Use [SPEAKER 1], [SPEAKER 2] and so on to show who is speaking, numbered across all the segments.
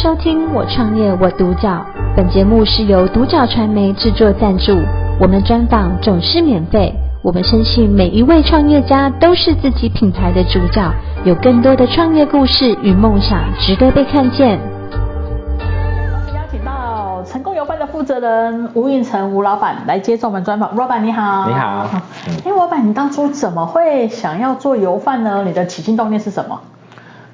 [SPEAKER 1] 收听《我创业我独角》，本节目是由独角传媒制作赞助，我们专访总是免费。我们深信每一位创业家都是自己品牌的主角，有更多的创业故事与梦想值得被看见。
[SPEAKER 2] 邀请到成功油饭的负责人吴运成吴老板来接受我们专访。老板你好，
[SPEAKER 3] 你好嗯
[SPEAKER 2] 哎、吴老板，你当初怎么会想要做油饭呢？你的起心动念是什么？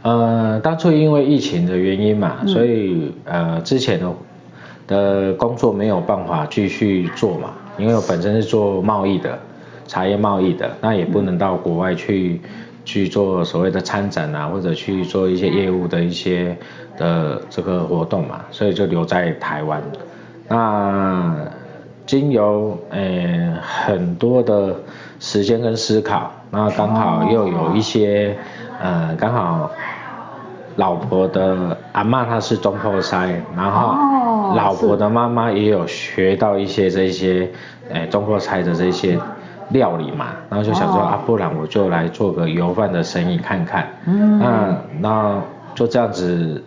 [SPEAKER 3] 呃，当初因为疫情的原因嘛，所以呃之前的的工作没有办法继续做嘛，因为我本身是做贸易的，茶叶贸易的，那也不能到国外去、去做所谓的参展啊，或者去做一些业务的一些的这个活动嘛，所以就留在台湾。那经由呃很多的时间跟思考，那刚好又有一些呃刚好老婆的阿嬷她是中破塞，然
[SPEAKER 2] 哦
[SPEAKER 3] 后老
[SPEAKER 2] 是
[SPEAKER 3] 婆的妈妈也有学到一些这些呃中破塞的这些料理嘛，然后就想说、
[SPEAKER 2] 哦
[SPEAKER 3] 啊，不然我就来做个油饭的生意看看，
[SPEAKER 2] 嗯
[SPEAKER 3] 那那就这样子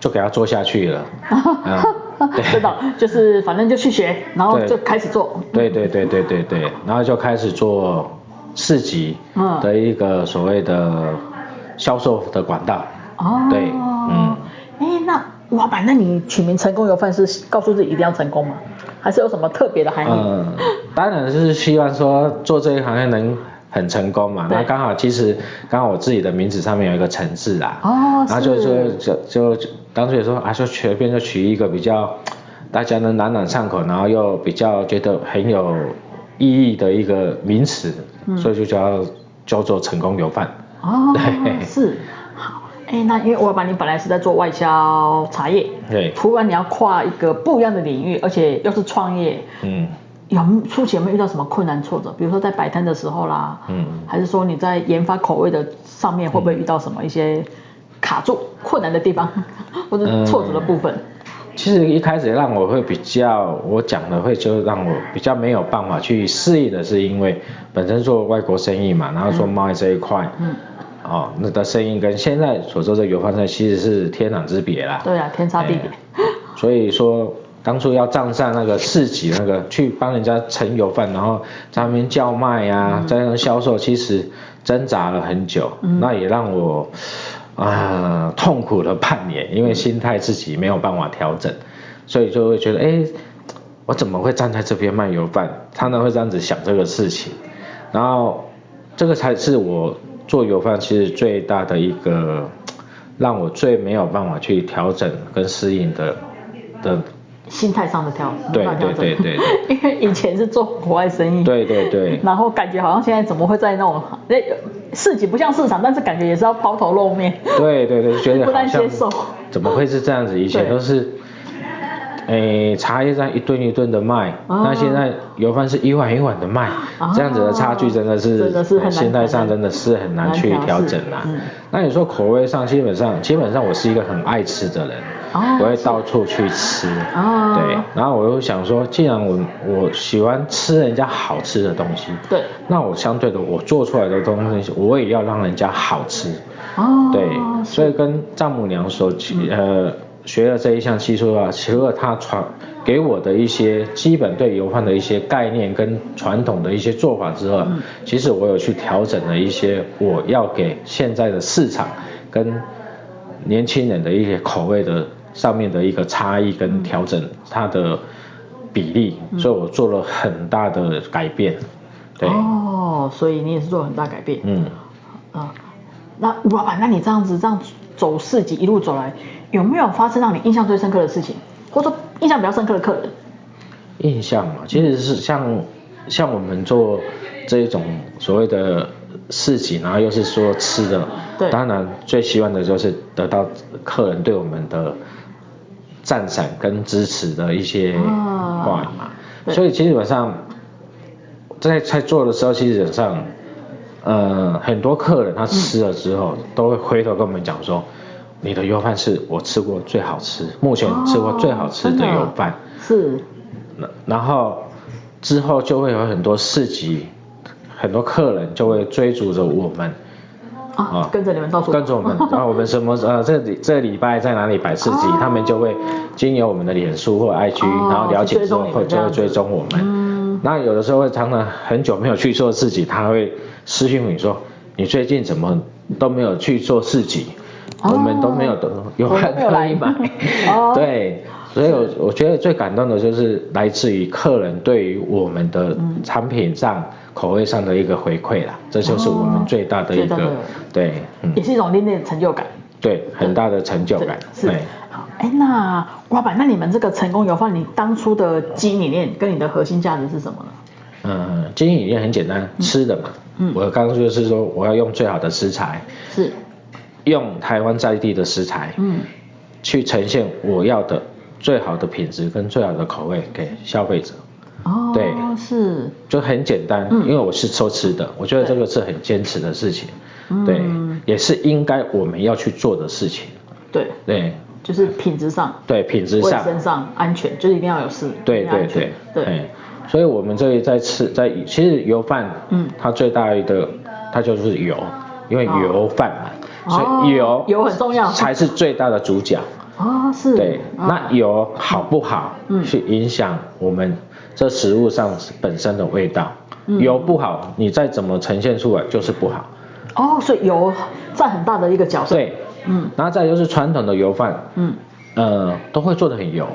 [SPEAKER 3] 就给他做下去 了，嗯对
[SPEAKER 2] 知道，就是反正就去学，然后
[SPEAKER 3] 对
[SPEAKER 2] 就开始做。
[SPEAKER 3] 对对对对对对，然后就开始做市集
[SPEAKER 2] 嗯
[SPEAKER 3] 的一个所谓的销售的管道。
[SPEAKER 2] 哦，
[SPEAKER 3] 对，嗯，
[SPEAKER 2] 哎、那吴老板，那你取名成功油饭是告诉自己一定要成功吗？还是有什么特别的含义？
[SPEAKER 3] 呃， 当然是希望说做这一行业能很成功嘛。
[SPEAKER 2] 对
[SPEAKER 3] 那刚好其实刚好我自己的名字上面有一个“陈”字啦，
[SPEAKER 2] 哦
[SPEAKER 3] 然后就是就就就当初也说啊，就随便就取一个比较大家能朗朗上口，然后又比较觉得很有意义的一个名词，
[SPEAKER 2] 嗯
[SPEAKER 3] 所以就叫叫做成功流饭。
[SPEAKER 2] 哦，
[SPEAKER 3] 对
[SPEAKER 2] 是，好，哎，那因为我把你本来是在做外销茶叶，
[SPEAKER 3] 对
[SPEAKER 2] 突然你要跨一个不一样的领域，而且又是创业，
[SPEAKER 3] 嗯，
[SPEAKER 2] 有没有初期有没有遇到什么困难挫折？比如说在摆摊的时候啦，
[SPEAKER 3] 嗯
[SPEAKER 2] 还是说你在研发口味的上面会不会遇到什么一些卡住、困难的地方， 或者
[SPEAKER 3] 嗯
[SPEAKER 2] 挫折的部分？
[SPEAKER 3] 其实一开始让我会比较，我讲的会就让我比较没有办法去适应的是，因为本身做外国生意嘛，然后做贸易这一块，
[SPEAKER 2] 嗯，
[SPEAKER 3] 哦，那的生意跟现在所做的油饭菜其实是天壤之别啦。
[SPEAKER 2] 对啊，天差地别。
[SPEAKER 3] 哎所以说，当初要站上那个市集，那个去帮人家盛油饭，然后在那边叫卖呀、啊，在那边销售，其实挣扎了很久，那也让我啊、痛苦了半年，因为心态自己没有办法调整，所以就会觉得，哎，我怎么会站在这边卖油饭？常常会这样子想这个事情，然后这个才是我做油饭其实最大的一个让我最没有办法去调整跟适应的的，
[SPEAKER 2] 心态上的调，
[SPEAKER 3] 对
[SPEAKER 2] 慢慢调整
[SPEAKER 3] 对对 对
[SPEAKER 2] 因为以前是做国外生意，
[SPEAKER 3] 对对对
[SPEAKER 2] 然后感觉好像现在怎么会在那种那市集不像市场，但是感觉也是要抛头露 面，
[SPEAKER 3] 对对对，觉得
[SPEAKER 2] 不
[SPEAKER 3] 好
[SPEAKER 2] 太
[SPEAKER 3] 像
[SPEAKER 2] 接受
[SPEAKER 3] 怎么会是这样子？以前
[SPEAKER 2] 对
[SPEAKER 3] 都是，诶，茶叶这样一顿一顿的卖，
[SPEAKER 2] 哦
[SPEAKER 3] 那现在油饭是一碗一碗的卖，
[SPEAKER 2] 哦
[SPEAKER 3] 这样子的差距真的是，
[SPEAKER 2] 真的是很难
[SPEAKER 3] 心态上真的是很难去
[SPEAKER 2] 很难调
[SPEAKER 3] 调
[SPEAKER 2] 试
[SPEAKER 3] 整啦、
[SPEAKER 2] 嗯
[SPEAKER 3] 那你说口味上，基本上基本上我是一个很爱吃的人，
[SPEAKER 2] 哦
[SPEAKER 3] 我会到处去吃，
[SPEAKER 2] 哦
[SPEAKER 3] 对，然后我又想说，既然我我喜欢吃人家好吃的东西，
[SPEAKER 2] 对，
[SPEAKER 3] 那我相对的我做出来的东西，我也要让人家好吃，
[SPEAKER 2] 哦，嗯
[SPEAKER 3] 对，所以跟丈母娘所呃学了这一项技术啊，除了她传给我的一些基本对油饭的一些概念跟传统的一些做法之后，啊
[SPEAKER 2] 嗯
[SPEAKER 3] 其实我有去调整了一些我要给现在的市场跟年轻人的一些口味的上面的一个差异跟调整它的比例，
[SPEAKER 2] 嗯
[SPEAKER 3] 所以我做了很大的改变，对，
[SPEAKER 2] 哦，所以你也是做了很大改变，
[SPEAKER 3] 嗯。
[SPEAKER 2] 啊，那吴老板，那你这样子这样走市集一路走来，有没有发生让你印象最深刻的事情，或者说印象比较深刻的客人？
[SPEAKER 3] 印象嘛，其实是像像我们做这一种所谓的市集，然后又是说吃的，
[SPEAKER 2] 对
[SPEAKER 3] 当然最希望的就是得到客人对我们的赞赏跟支持的一些
[SPEAKER 2] 啊
[SPEAKER 3] 话语嘛，
[SPEAKER 2] 对
[SPEAKER 3] 所以基本上在在做的时候，基本上呃很多客人他吃了之
[SPEAKER 2] 嗯
[SPEAKER 3] 后、都会回头跟我们讲说。你的油饭是我吃过最好吃，目前吃过最好吃
[SPEAKER 2] 哦真
[SPEAKER 3] 的
[SPEAKER 2] 的
[SPEAKER 3] 油饭。
[SPEAKER 2] 是，
[SPEAKER 3] 那然后之后就会有很多市集，很多客人就会追逐着我们，
[SPEAKER 2] 啊，跟着你们到处
[SPEAKER 3] 跟着我们，啊，我们什么呃，这里这礼拜在哪里摆市集，他们就会经由我们的脸书或 IG，、
[SPEAKER 2] 哦
[SPEAKER 3] 然后了解
[SPEAKER 2] 去追
[SPEAKER 3] 之后
[SPEAKER 2] 踪你们
[SPEAKER 3] 会
[SPEAKER 2] 这
[SPEAKER 3] 就
[SPEAKER 2] 样
[SPEAKER 3] 会
[SPEAKER 2] 子嗯
[SPEAKER 3] 追踪我们。那有的时候会常常很久没有去做市集，他会私信你说，你最近怎么都没有去做市集，我们都没有都有
[SPEAKER 2] 我都
[SPEAKER 3] 人
[SPEAKER 2] 没有来。
[SPEAKER 3] 可以买
[SPEAKER 2] 哦
[SPEAKER 3] 对，所以我我觉得最感动的就是来自于客人对于我们的产品上、口味上的一个回馈啦，这就是我们最大的一个、
[SPEAKER 2] 哦最大的
[SPEAKER 3] 对，嗯。
[SPEAKER 2] 也是一种另类的成就感。
[SPEAKER 3] 对，很大的成就感。
[SPEAKER 2] 是
[SPEAKER 3] 对，
[SPEAKER 2] 好，哎，那老板，那你们这个成功油饭，你当初的基因理念跟你的核心价值是什么呢？
[SPEAKER 3] 嗯，经营理念很简单，吃的嘛。
[SPEAKER 2] 嗯
[SPEAKER 3] 我刚刚就是说，我要用最好的食材，
[SPEAKER 2] 是，
[SPEAKER 3] 用台湾在地的食材，
[SPEAKER 2] 嗯，
[SPEAKER 3] 去呈现我要的最好的品质跟最好的口味给消费者，
[SPEAKER 2] 哦，
[SPEAKER 3] 对
[SPEAKER 2] 是，
[SPEAKER 3] 就很简单。
[SPEAKER 2] 嗯
[SPEAKER 3] 因为我是说吃的，我觉得这个是很坚持的事情，
[SPEAKER 2] 嗯
[SPEAKER 3] 对，也是应该我们要去做的事情，
[SPEAKER 2] 对，
[SPEAKER 3] 对，
[SPEAKER 2] 就是品质上、
[SPEAKER 3] 对，品质
[SPEAKER 2] 卫
[SPEAKER 3] 上，
[SPEAKER 2] 生上、安全，就是一定要有事，
[SPEAKER 3] 对
[SPEAKER 2] 一定要
[SPEAKER 3] 对
[SPEAKER 2] 安全对，
[SPEAKER 3] 对哎所以我们这里在吃，在其实油饭，
[SPEAKER 2] 嗯
[SPEAKER 3] 它最大的它就是油，因为油饭嘛，
[SPEAKER 2] 哦
[SPEAKER 3] 所以油
[SPEAKER 2] 油很重要
[SPEAKER 3] 才是最大的主角。
[SPEAKER 2] 哦，是，嗯
[SPEAKER 3] 对，
[SPEAKER 2] 哦
[SPEAKER 3] 那油好不好，去影响我们这食物上本身的味道。
[SPEAKER 2] 嗯
[SPEAKER 3] 油不好，你再怎么呈现出来就是不好。
[SPEAKER 2] 哦，所以油占很大的一个角色，
[SPEAKER 3] 对，
[SPEAKER 2] 嗯
[SPEAKER 3] 然后再就是传统的油饭，
[SPEAKER 2] 嗯，
[SPEAKER 3] 呃，都会做的很油，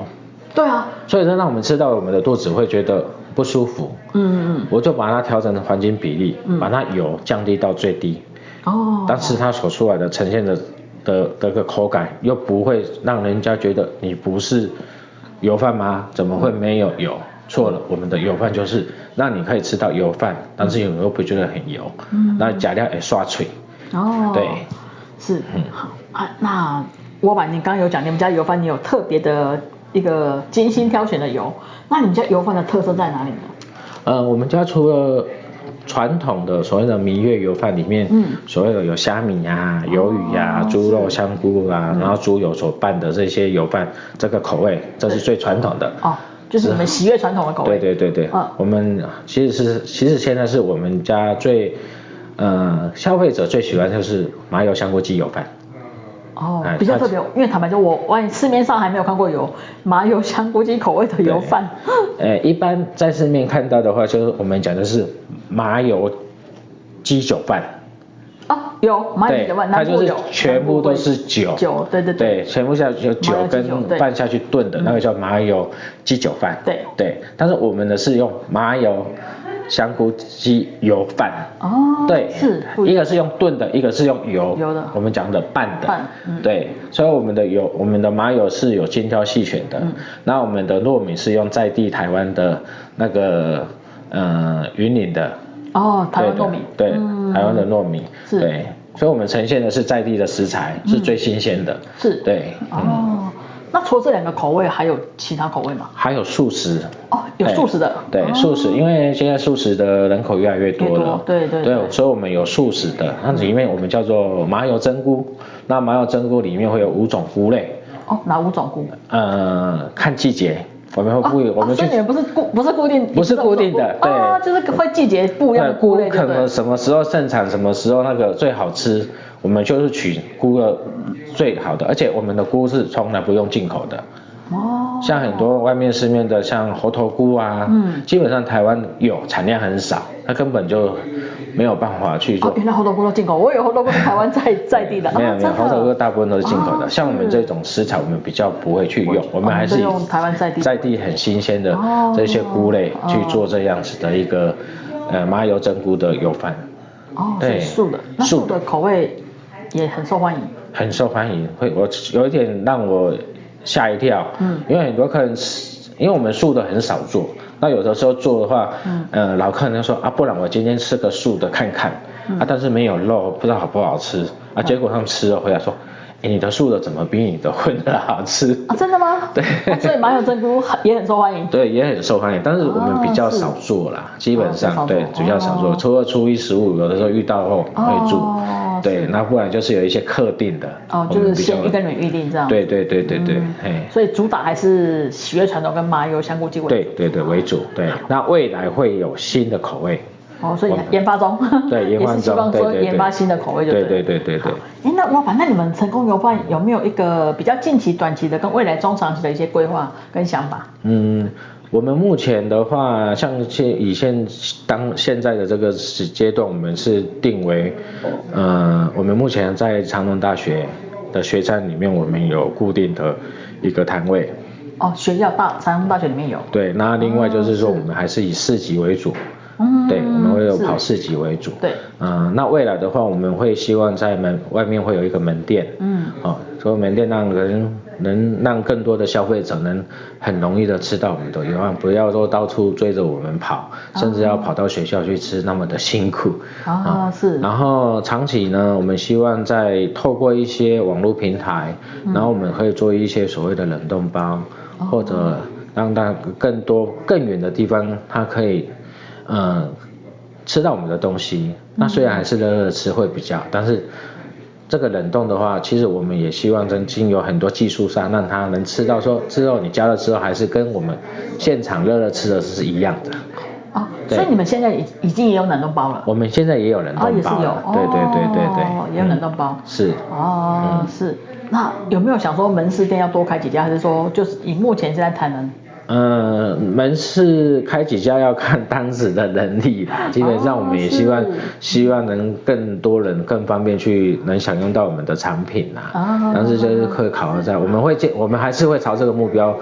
[SPEAKER 2] 对啊，
[SPEAKER 3] 所以这让我们吃到我们的肚子会觉得不舒服。
[SPEAKER 2] 嗯嗯
[SPEAKER 3] 我就把它调整成黄金比例，把它油降低到最低，
[SPEAKER 2] 嗯，哦，
[SPEAKER 3] 但是它所出来的呈现的的的个口感又不会让人家觉得你不是油饭吗？怎么会没有油？错了，我们的油饭就是让你可以吃到油饭，但是你又不觉得很油，那假料也刷脆，
[SPEAKER 2] 哦，
[SPEAKER 3] 对，嗯
[SPEAKER 2] 是，好啊，那我板，你刚刚有讲你们家油饭，你有特别的一个精心挑选的油，那你们家油饭的特色在哪里呢？
[SPEAKER 3] 呃，我们家除了传统的所谓的明月油饭里面，
[SPEAKER 2] 嗯哦
[SPEAKER 3] 所有有虾米呀、鱿鱼呀、猪肉、香菇
[SPEAKER 2] 嗯
[SPEAKER 3] 啊，然后猪油所拌的这些油饭，这个口味，这是最传统的。
[SPEAKER 2] 哦，就是你们喜悦传统的口
[SPEAKER 3] 对
[SPEAKER 2] 味，
[SPEAKER 3] 对对对，
[SPEAKER 2] 嗯
[SPEAKER 3] 我们其实是其实现在是我们家最，呃，消费者最喜欢就是麻油香锅鸡油饭。
[SPEAKER 2] 哦
[SPEAKER 3] 哎，
[SPEAKER 2] 比较
[SPEAKER 3] 它
[SPEAKER 2] 特别，因为坦白说，我外市面上还没有看过有麻油香锅鸡口味的油饭，
[SPEAKER 3] 呃，一般在市面看到的话，就是我们讲的是麻油鸡酒饭。
[SPEAKER 2] 哦，有麻油
[SPEAKER 3] 对
[SPEAKER 2] 油，饭，
[SPEAKER 3] 它
[SPEAKER 2] 南
[SPEAKER 3] 就
[SPEAKER 2] 部
[SPEAKER 3] 是
[SPEAKER 2] 有，
[SPEAKER 3] 全部都是酒，
[SPEAKER 2] 酒，对对对，
[SPEAKER 3] 对，全部下去有酒
[SPEAKER 2] 麻油鸡
[SPEAKER 3] 跟
[SPEAKER 2] 酒对嗯
[SPEAKER 3] 饭下去炖的那个叫麻油鸡酒饭，
[SPEAKER 2] 对
[SPEAKER 3] 对，但是我们的是用麻油香菇鸡油饭，
[SPEAKER 2] 哦，
[SPEAKER 3] 对，
[SPEAKER 2] 是不一
[SPEAKER 3] 一
[SPEAKER 2] 样
[SPEAKER 3] 个是用炖的，一个是用油，
[SPEAKER 2] 油的
[SPEAKER 3] 我们讲的拌的，
[SPEAKER 2] 拌嗯
[SPEAKER 3] 对，所以我们的油，我们的麻油是有精挑细选的，
[SPEAKER 2] 嗯
[SPEAKER 3] 那我们的糯米是用在地台湾的那个呃云岭的
[SPEAKER 2] 哦，台湾
[SPEAKER 3] 对的
[SPEAKER 2] 糯米，
[SPEAKER 3] 对，
[SPEAKER 2] 嗯
[SPEAKER 3] 台湾的糯米，
[SPEAKER 2] 是嗯
[SPEAKER 3] 对，所以我们呈现的是在地的食材，是最新鲜的，
[SPEAKER 2] 是
[SPEAKER 3] 对，嗯，
[SPEAKER 2] 哦，那除了这两个口味，还有其他口味吗？
[SPEAKER 3] 还有素食。
[SPEAKER 2] 哦，有素食的，
[SPEAKER 3] 对，对素食，因为现在素食的人口越来越多
[SPEAKER 2] 哦越
[SPEAKER 3] 了
[SPEAKER 2] 多，对对对
[SPEAKER 3] 所以我们有素食的，那里面我们叫做麻油蒸菇，那麻油蒸菇里面会有五种菇类，
[SPEAKER 2] 哦，哪五种菇？
[SPEAKER 3] 呃，看季节，我们会不一，
[SPEAKER 2] 哦
[SPEAKER 3] 我们去
[SPEAKER 2] 所以你们不是固不是固定
[SPEAKER 3] 不是固定的对
[SPEAKER 2] 啊，就是会季节不一样
[SPEAKER 3] 那
[SPEAKER 2] 的菇
[SPEAKER 3] 菇
[SPEAKER 2] 类，对
[SPEAKER 3] 可
[SPEAKER 2] 不
[SPEAKER 3] 能
[SPEAKER 2] 对？
[SPEAKER 3] 什么时候盛产，什么时候那个最好吃，我们就是取菇的最好的，而且我们的菇是从来不用进口的。
[SPEAKER 2] 哦，
[SPEAKER 3] 像很多外面市面的，像猴头菇啊，
[SPEAKER 2] 嗯
[SPEAKER 3] 基本上台湾有产量很少，它根本就没有办法去做
[SPEAKER 2] 哦，。原来红豆菇都进口，我以为红豆菇是台湾 在在地的，
[SPEAKER 3] 没有
[SPEAKER 2] 啊
[SPEAKER 3] 没有，
[SPEAKER 2] 真的
[SPEAKER 3] 猴头菇大部分都是进口
[SPEAKER 2] 哦
[SPEAKER 3] 的，像我们这
[SPEAKER 2] 是
[SPEAKER 3] 种食材，我们比较不会去用，我们还
[SPEAKER 2] 哦
[SPEAKER 3] 是以
[SPEAKER 2] 就用台湾在地
[SPEAKER 3] 在地很新鲜的
[SPEAKER 2] 哦
[SPEAKER 3] 这些菇类
[SPEAKER 2] 哦
[SPEAKER 3] 去做这样子的一个呃麻油蒸菇的油饭。
[SPEAKER 2] 哦，
[SPEAKER 3] 对
[SPEAKER 2] 是素的，那素
[SPEAKER 3] 素
[SPEAKER 2] 的口味也很受欢迎，
[SPEAKER 3] 很受欢迎，会我有一点让我吓一跳，
[SPEAKER 2] 嗯
[SPEAKER 3] 因为很多客人吃，因为我们素的很少做，那有的时候做的话，嗯，呃，老客人就说啊，不然我今天吃个素的看看，
[SPEAKER 2] 嗯
[SPEAKER 3] 啊，但是没有肉，不知道好不好吃，啊，结果他们吃了回来说，哎，你的素的怎么比你的荤的好吃？
[SPEAKER 2] 啊，真的吗？
[SPEAKER 3] 对
[SPEAKER 2] 哦所以麻油蒸菇很也很受欢迎。
[SPEAKER 3] 对，也很受欢迎，但是我们比较
[SPEAKER 2] 哦是
[SPEAKER 3] 少做啦，基
[SPEAKER 2] 哦
[SPEAKER 3] 本
[SPEAKER 2] 比较
[SPEAKER 3] 上、
[SPEAKER 2] 少做
[SPEAKER 3] 对比较少做，
[SPEAKER 2] 哦
[SPEAKER 3] 除了初一十五有的时候遇到后会做，
[SPEAKER 2] 哦
[SPEAKER 3] 对，那不然就是有一些客定的，
[SPEAKER 2] 哦，
[SPEAKER 3] 我
[SPEAKER 2] 就
[SPEAKER 3] 们
[SPEAKER 2] 是
[SPEAKER 3] 比较
[SPEAKER 2] 先预跟你预定这样。
[SPEAKER 3] 对对对对对，
[SPEAKER 2] 嗯
[SPEAKER 3] 哎、
[SPEAKER 2] 所以主打还是喜悦传统跟麻油香菇鸡尾。
[SPEAKER 3] 对对对为主，对。那未来会有新的口味，
[SPEAKER 2] 哦，所以
[SPEAKER 3] 我们
[SPEAKER 2] 研发中，
[SPEAKER 3] 对研发
[SPEAKER 2] 也是希望
[SPEAKER 3] 中，对
[SPEAKER 2] 说
[SPEAKER 3] 对对，
[SPEAKER 2] 研发新的口味就
[SPEAKER 3] 对
[SPEAKER 2] 对
[SPEAKER 3] 对
[SPEAKER 2] 了
[SPEAKER 3] 对对对。
[SPEAKER 2] 哎，那老板，那你们成功油饭有没有一个比较近期、短期的跟未来中长期的一些规划跟想法？
[SPEAKER 3] 嗯，我们目前的话，像现以现当现在的这个时阶段，我们是定为，呃，我们目前在长隆大学的学站里面，我们有固定的一个摊位。
[SPEAKER 2] 哦，学校大长隆大学里面有，
[SPEAKER 3] 对，那另外就是说，我们还是以市集为主。
[SPEAKER 2] 哦嗯
[SPEAKER 3] 对，我们会有
[SPEAKER 2] 是
[SPEAKER 3] 跑市集为主。
[SPEAKER 2] 对
[SPEAKER 3] 嗯、那未来的话，我们会希望在门外面会有一个门店。
[SPEAKER 2] 嗯，
[SPEAKER 3] 哦，所以门店让人能让更多的消费者能很容易的吃到我们的油饭，不要说到处追着我们跑，甚
[SPEAKER 2] 哦
[SPEAKER 3] 至要跑到学校去吃那么的辛苦。
[SPEAKER 2] 啊是
[SPEAKER 3] 然后长期呢，我们希望在透过一些网络平台，
[SPEAKER 2] 嗯
[SPEAKER 3] 然后我们会做一些所谓的冷冻包，
[SPEAKER 2] 哦
[SPEAKER 3] 或者让大更多更远的地方，它可以，呃，吃到我们的东
[SPEAKER 2] 嗯
[SPEAKER 3] 西。那虽然还是热热的吃会比较，但是这个冷冻的话，其实我们也希望曾经有很多技术上让它能吃到说之后你加了之后还是跟我们现场热热吃的是一样的。
[SPEAKER 2] 哦，
[SPEAKER 3] 对
[SPEAKER 2] 所以你们现在已已经也有冷冻包了，
[SPEAKER 3] 我们现在也有冷
[SPEAKER 2] 哦也
[SPEAKER 3] 冻
[SPEAKER 2] 是
[SPEAKER 3] 包
[SPEAKER 2] 有
[SPEAKER 3] 了，，对对对对对，
[SPEAKER 2] 哦也有冷冻
[SPEAKER 3] 嗯
[SPEAKER 2] 包，
[SPEAKER 3] 是。
[SPEAKER 2] 哦是，那有没有想说门市店要多开几家，还是说就是以目前现在谈能？
[SPEAKER 3] 呃，门市开几家要看当时的能力啦。基本上我们也希望，
[SPEAKER 2] 哦是
[SPEAKER 3] 希望能更多人更方便去能享用到我们的产品啦。
[SPEAKER 2] 哦
[SPEAKER 3] 但是就是会考虑在，我们会建，我们还是会朝这个目标，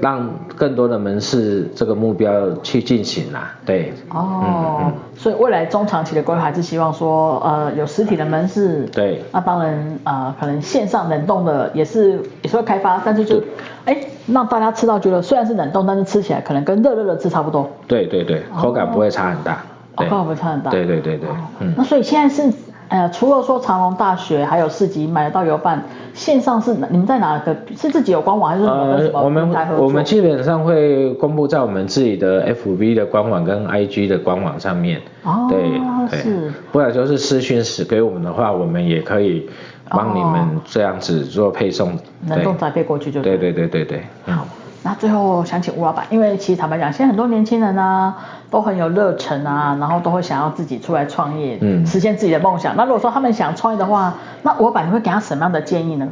[SPEAKER 3] 让更多的门市这个目标去进行啦。对，嗯
[SPEAKER 2] 哦，所以未来中长期的规划还是希望说，呃，有实体的门市，
[SPEAKER 3] 对
[SPEAKER 2] 那当然，呃，可能线上冷冻的也是也是会开发，但是就，哎，让大家吃到觉得虽然是冷冻，但是吃起来可能跟热热的吃差不多，
[SPEAKER 3] 对对对，口感不会差很大。
[SPEAKER 2] 哦，
[SPEAKER 3] 对
[SPEAKER 2] 刚好不会差很大。
[SPEAKER 3] 对对对对，嗯。
[SPEAKER 2] 那所以现在是，呃，除了说长隆大学还有市集买得到油饭，线上是你们在哪个是自己有官网还是你们跟
[SPEAKER 3] 呃
[SPEAKER 2] 什，
[SPEAKER 3] 我
[SPEAKER 2] 么
[SPEAKER 3] 们
[SPEAKER 2] 平台合作？
[SPEAKER 3] 我们基本上会公布在我们自己的 FB 的官网跟 IG 的官网上面。
[SPEAKER 2] 哦
[SPEAKER 3] 对
[SPEAKER 2] 是
[SPEAKER 3] 对，不然就是私讯时给我们的话，我们也可以帮你们这样子做配送。
[SPEAKER 2] 冷冻宅配过去就
[SPEAKER 3] 对对对对对，嗯，
[SPEAKER 2] 那最后想请吴老板，因为其实坦白讲，现在很多年轻人啊都很有热忱啊，然后都会想要自己出来创业，
[SPEAKER 3] 嗯
[SPEAKER 2] 实现自己的梦想。那如果说他们想创业的话，那吴老板你会给他什么样的建议呢？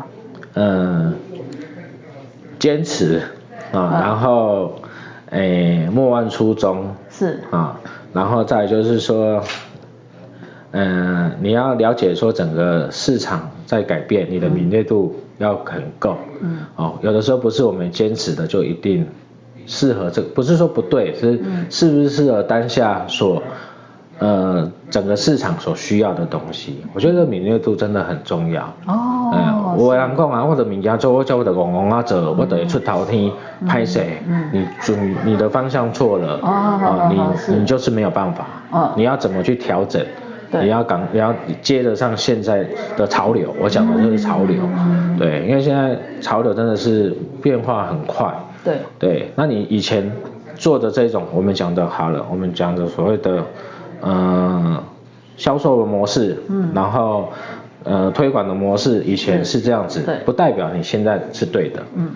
[SPEAKER 3] 嗯，坚持啊，然后诶，莫忘初衷。
[SPEAKER 2] 是
[SPEAKER 3] 啊，然后再来就是说，嗯、你要了解说整个市场在改变，你的敏锐度要很够。嗯。哦，有的时候不是我们坚持的就一定适合这个，不是说不对，是是不是适合当下所。呃，整个市场所需要的东西，我觉得敏锐度真的很重要。
[SPEAKER 2] 哦
[SPEAKER 3] 嗯，有的人讲啊，我的物件做，我叫我的戆戆啊做，我就会出头天，拍谁？你准你的方向错了，
[SPEAKER 2] 哦
[SPEAKER 3] 啊
[SPEAKER 2] 哦哦是
[SPEAKER 3] 你你就是没有办法
[SPEAKER 2] 嗯，
[SPEAKER 3] 你要怎么去调整？
[SPEAKER 2] 对
[SPEAKER 3] 你要赶，你要接得上现在的潮流。我讲的就是潮流，
[SPEAKER 2] 嗯
[SPEAKER 3] 对，因为现在潮流真的是变化很快，
[SPEAKER 2] 对，
[SPEAKER 3] 对，那你以前做的这种，我们讲的好了，我们讲的所谓的，嗯，销售的模式，嗯，然后，呃，推广的模式，以前是这样子
[SPEAKER 2] 对，
[SPEAKER 3] 不代表你现在是对的，
[SPEAKER 2] 嗯，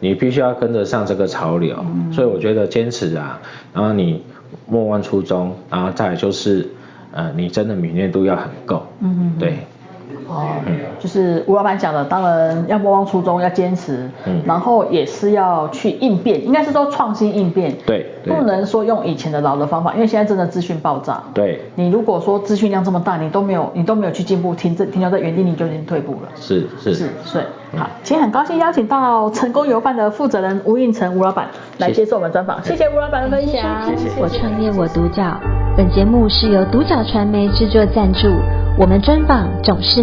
[SPEAKER 3] 你必须要跟得上这个潮流，所以我觉得坚持啊，然后你莫忘初衷，然后再来就是，呃，你真的敏锐度要很够，嗯嗯，对，
[SPEAKER 2] 哦，就是吴老板讲的，当然要莫忘初衷，要坚持，
[SPEAKER 3] 嗯
[SPEAKER 2] 然后也是要去应变，应该是说创新应变，
[SPEAKER 3] 对对
[SPEAKER 2] 不能说用以前的老的方法，因为现在真的资讯爆炸，
[SPEAKER 3] 对，
[SPEAKER 2] 你如果说资讯量这么大，你都没有你都没有去进步，停滞停留在原地，你就已经退步了。
[SPEAKER 3] 是是
[SPEAKER 2] 是，所以好，今天很高兴邀请到成功油饭的负责人吴运成吴老板来接受我们专访，谢谢吴老板的分享，
[SPEAKER 1] 我创业我独角。本节目是由独角传媒制作赞助，我们专访总是